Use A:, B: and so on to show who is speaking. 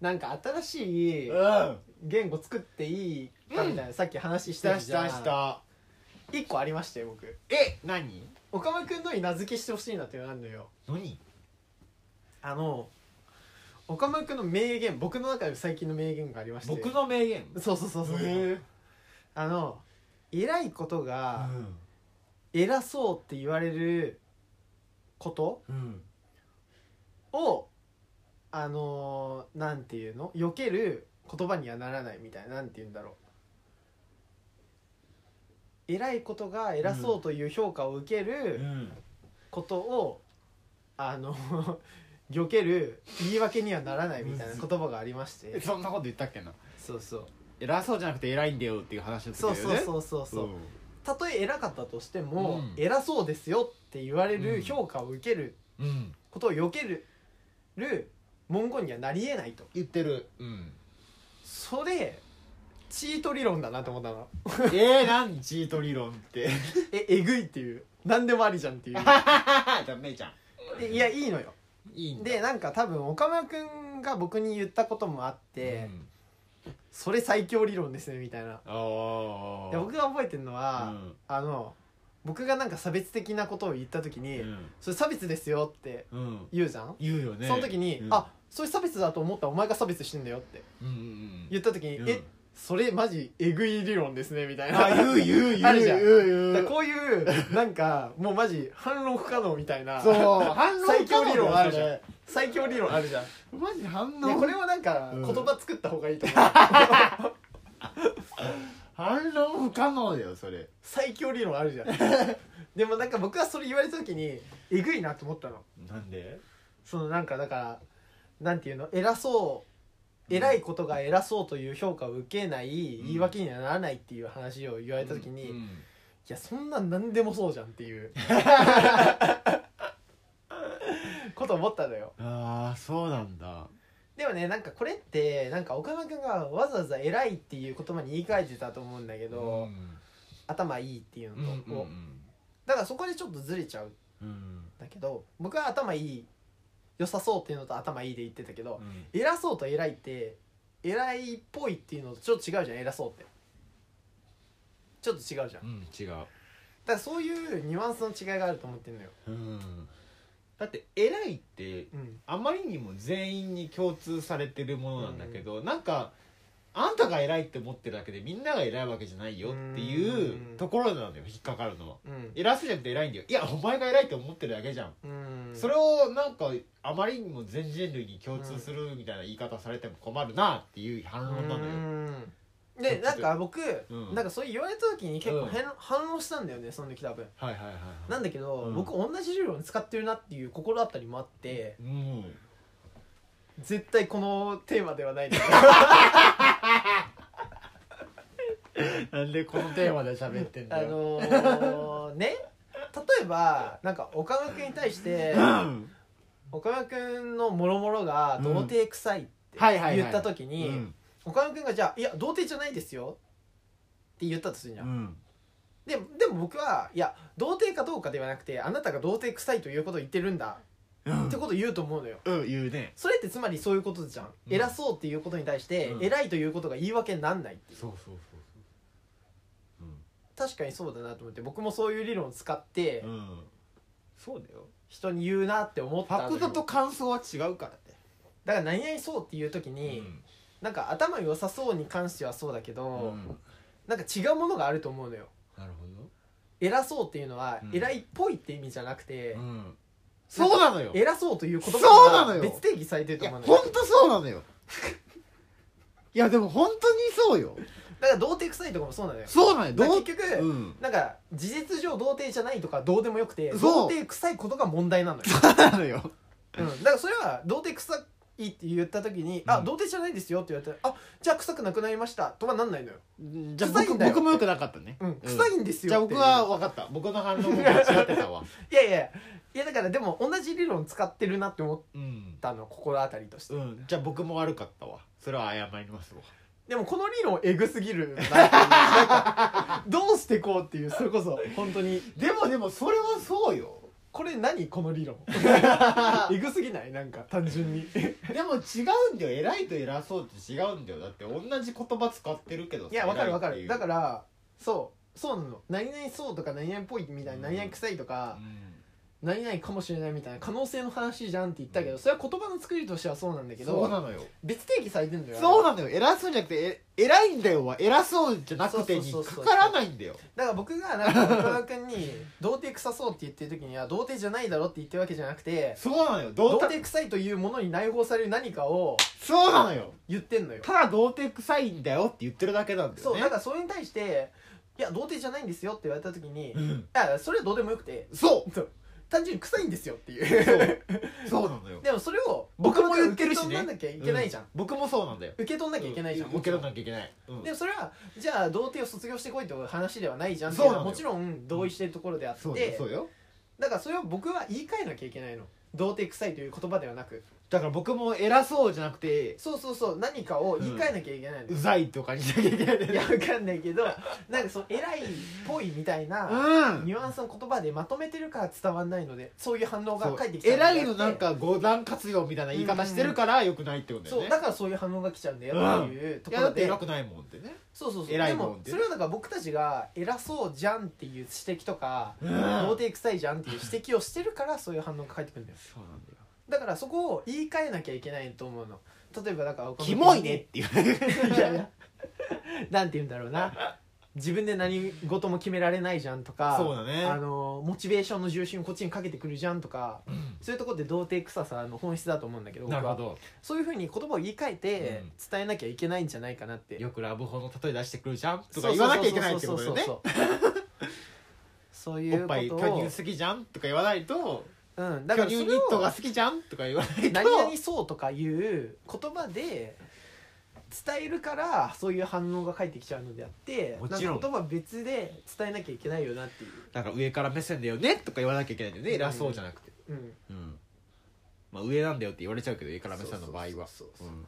A: なんか新しい
B: うん
A: 言語作っていいかみたいな、さっき話し
B: したた
A: じ
B: し
A: ゃん
B: たした
A: 一個ありましたよ僕
B: え何
A: 岡間君のに名付けしてほしいなっていうのがあるのよ
B: 何
A: あの岡間君の名言僕の中で最近の名言がありまして
B: 僕の名言
A: そうそうそうそう、
B: へ
A: あの偉いことが
B: うん
A: 偉そうって言われること
B: うん
A: をあのーなんていうの避ける言葉にはならないみたいななんて言うんだろう偉いことが偉そうという評価を受け
B: う
A: る
B: ん
A: ことを、あの 避ける言い訳にはならないみたいな言葉がありまし
B: え
A: て
B: そんなこと言ったっけな
A: そうそう
B: 偉そうじゃなくて偉いんだよっていう話だった
A: そう
B: けど
A: そう
B: ね
A: そうそうそうたとえ偉かったとして
B: う
A: も、
B: ん
A: 偉そうですよって言われ
B: うん
A: る評価を受ける
B: うんうん
A: ことを避けるる文言にはなり得ないと
B: 言ってるうん
A: それチート理論だなと思ったの
B: えー何チート理論って
A: ええぐいっていう何でもありじゃんっていう
B: ダメじゃん
A: でいやいいのよ
B: いいんだ
A: でなんか多分岡村君が僕に言ったこともあっ
B: う
A: て、
B: ん
A: それ最強理論ですねみたいな
B: ああ
A: で僕が覚えてるのは、
B: うん
A: あの僕がなんか差別的なことを言った時に、
B: うん
A: それ差別ですよって
B: うん
A: 言うじゃん
B: 言うよね
A: その時に
B: う
A: 「
B: ん
A: あそれ差別だと思ったらお前が差別してんだよ」って
B: うんうんうん
A: 言った時に「
B: うん
A: えそれマジえぐい理論ですね」みたいな
B: あ言う言う言
A: あ
B: う
A: るじゃ
B: 言
A: ん
B: う言う
A: だからこういうなんかもうマジ反論不可能みたいな
B: そう反論
A: 最強理論あるじゃん
B: ん
A: 最強理論あるじゃん
B: マジ反
A: で
B: 論
A: これはなんか
B: うん
A: 言葉作った方がいいと 思う
B: 反論不可能だよそれ
A: 最強理論あるじゃん でもなんか僕はそれ言われた時にえぐいなと思ったの
B: なんで
A: そのなんかだからなんていうの偉そう偉いことが偉そうという評価を受けない
B: うん
A: 言い訳にはならないっていう話を言われた時に、
B: う
A: い
B: ん
A: やそんなん何でもそうじゃんって いうこと思ったのよ
B: ああそうなんだ
A: でもねなんかこれってなんか岡村君がわざわざ「偉い」っていう言葉に言い換えてたと思うんだけど、
B: ん
A: 頭いいっていう
B: うん
A: のと、こうだからそこでちょっとずれちゃうん
B: うんうん
A: だけど僕は頭いい良さそうっていうのと頭いいで言ってたけど、
B: うん
A: 偉そうと偉いって偉いっぽいっていうのとちょっと違うじゃん偉そうってちょっと違うじゃんだ
B: うん違う
A: からそういうニュアンスの違いがあると思ってんのよ
B: うんだって偉いって
A: うん
B: あまりにも全員に共通されてるものなんだけど、なんかあんたが偉いって思ってるだけでみんなが偉いわけじゃないよっていううんところなのよ引っかかるのは
A: うん
B: 偉そうじゃなくて偉いんだよいやお前が偉いって思ってるだけじゃん、
A: うん
B: それをなんかあまりにも全人類に共通するみたいな言い方されても困るなっていう反論なのよ
A: うんでなんか僕、
B: うん
A: なんかそう言われた時に結構
B: うん
A: 変、反応したんだよねその時多分
B: はいはいはいはい
A: なんだけど、
B: うん
A: 僕同じ理論使ってるなっていう心当たりもあって
B: うん
A: 絶対このテーマではないんだけど
B: なんでこのテーマで喋ってん
A: あ
B: だよ
A: のーね例えばなんか岡村君に対して
B: うん
A: 岡村君のもろもろが童貞臭いって
B: はいはいはい
A: 言った時
B: う
A: に、
B: ん
A: 岡村君がじゃあ「いや童貞じゃないですよ」って言ったとするじ
B: う
A: ゃん、
B: ん
A: ででも僕はいや童貞かどうかではなくてあなたが童貞臭いということを言ってるんだ
B: うん
A: ってことを言うと思うのよ
B: うん言うね
A: それってつまりそういうことじゃん、
B: うん
A: 偉そうっていうことに対して、
B: うん
A: 偉いということが言い訳になんない
B: そうそうそうそううん
A: 確かにそうだなと思って僕もそういう理論を使って
B: うんそうだよ
A: 人に言うなって思ったのよ
B: 感想は違うからね
A: だから何々そうっていう時
B: う
A: に、
B: ん
A: なんか頭良さそうに関してはそうだけど、なんか違うものがあると思うのよ
B: なるほ
A: 偉そうっていうのは、
B: うん
A: 偉いっぽいって意味じゃなくて
B: ど、んそうなのよ
A: 偉そうという言
B: そうな
A: 葉
B: の
A: が
B: よ
A: 別定義されてる
B: い
A: と
B: や
A: 思うのよ
B: 本当そうなのよいやでも本当にそうよ
A: だから童貞臭いとかもそうなのよ
B: そうなのよ
A: だから
B: どう
A: 結局、
B: うん
A: なんか事実上童貞じゃないとかどうでもよくて
B: そう
A: 童貞臭いことが問題 なのよ、
B: そうなのよ
A: うん、だからそれは童貞臭いって言った時に「あ
B: うん
A: 童貞じゃないですよ」って言われたら「あじゃあ臭くなくなりました」とはなんないのよ、
B: じゃあ
A: 臭い
B: 僕
A: んだよ
B: 僕もよくなかったね
A: うん、臭いんです
B: じゃあ
A: よって
B: 僕は分かった僕の反応も間違ってた わ
A: いやいやいやだからでも同じ理論使ってるなって思っ
B: うん
A: たの心当たりとして、
B: うんじゃあ僕も悪かったわそれは謝りますわ
A: でもこの理論エグすぎるなっていう なんかどうしてこうっていうそれこそ本当に
B: でもでもそれはそうよ
A: これ何この 理論えぐすぎないなんか単純に
B: でも違うんだよ偉いと偉そうって違うんだよだって同じ言葉使ってるけど
A: いやわかるわか
B: 偉い
A: る
B: ってい
A: だ
B: う
A: からそうそうなの何々そうとか何々っぽいみたいな、
B: うん
A: 何々臭いとか
B: うん
A: 何々かもしれないみたいな可能性の話じゃんって言ったけど、それは言葉の作りとしてはそうなんだけ
B: そう
A: ど
B: なのよ
A: 別定義されてんだよ
B: そう
A: だ
B: なのよ偉そうじゃなくてえ偉いんだよは偉そうじゃなくてに
A: そうそうそうそ
B: か
A: う
B: からないんだよ
A: だから僕がなんか岡田君に「童貞臭そう」って言ってる時には童貞じゃないだろって言ってるわけじゃなくて
B: そうなのよ
A: 童
B: 童貞
A: 貞臭いというものに内包される何かを
B: そうなのよ
A: 言ってんのよ
B: ただ童貞臭いんだよって言ってるだけなんだよ
A: そう
B: ね
A: だからそれに対して「いや童貞じゃないんですよ」って言われた時に「い
B: うん
A: やそれはどうでもよくて
B: そう
A: 単純に臭いんですよ」ってい
B: そううそうなのよ
A: でもそれを
B: 僕も言ってる
A: 受
B: し
A: け取
B: ね
A: らな きゃいけないじゃん、
B: う僕もそうなんだよ
A: 受け取んなきゃいけないじゃ
B: う
A: ん、
B: 受け取らなきゃいけないうん
A: でもそれはじゃあ童貞を卒業してこいという話ではないじゃん
B: そうなのよ
A: もちろん同意してるところであって、
B: そうよそうよ
A: だからそれを僕は言い換えなきゃいけないの童貞臭いという言葉ではなく
B: だから僕も偉そうじゃなくて
A: そうそうそう何かを言い換えなきゃいけないの、
B: うざいとかにしなきゃいけないんだよ
A: い
B: ね
A: やわかんないけどなんかその偉いっぽいみたいな
B: うん
A: ニュアンスの言葉でまとめてるから伝わんないのでそういう反応が
B: そう
A: 返ってきちゃうんだ
B: 偉
A: よ
B: いのなんか五段活用みたいな言い方してるからよくないってことだよ
A: そう
B: ね
A: だからそういう反応が来ちゃうんだよっていうと
B: いや
A: こ
B: だ
A: ろ
B: っ
A: で
B: て偉くないもんってね
A: そうそうそう
B: 偉い
A: で
B: もん
A: も
B: って
A: それはだから僕たちが偉そうじゃんっていう指摘とか
B: うん
A: 童貞臭いじゃんっていう指摘をしてるからそういう反応が返ってくるんだよ
B: そうなんだよ
A: だからそこを言い換えなきゃいけないと思うの例えばだから岡
B: キ
A: 村
B: モい
A: 君
B: ねっ
A: に
B: ていう
A: いやいや なんて言うんだろうな自分で何事も決められないじゃんとか
B: そうだね
A: あのモチベーションの重心をこっちにかけてくるじゃんとか、そういうとこって童貞臭さの本質だと思うんだけど僕
B: な
A: は
B: るほど
A: そういうふうに言葉を言い換えて
B: うん
A: 伝えなきゃいけないんじゃないかなって
B: よくラブホの例え出してくるじゃんとか言わなきゃいけないってことだよね
A: そうそうそうそうそうそうい
B: おっ
A: う
B: ぱい
A: こと
B: 巨
A: を
B: 乳好きじゃんとか言わないと
A: うんだか
B: 巨
A: らそ
B: 乳
A: れ
B: ニ
A: を
B: ットが好きじゃんとか言わないと
A: 何々そうとかいう言葉で伝えるからそういう反応が返ってきちゃうのであって
B: もちろん
A: なか言葉別で伝えなきゃいけないよなってい
B: なんか上から目線だよねとか言わなきゃいけないんだよね
A: うん
B: 偉そうじゃなくて
A: う、うん、
B: うんまあ上なんだよって言われちゃうけど上から目線の場合は
A: そうそうそうそう
B: うん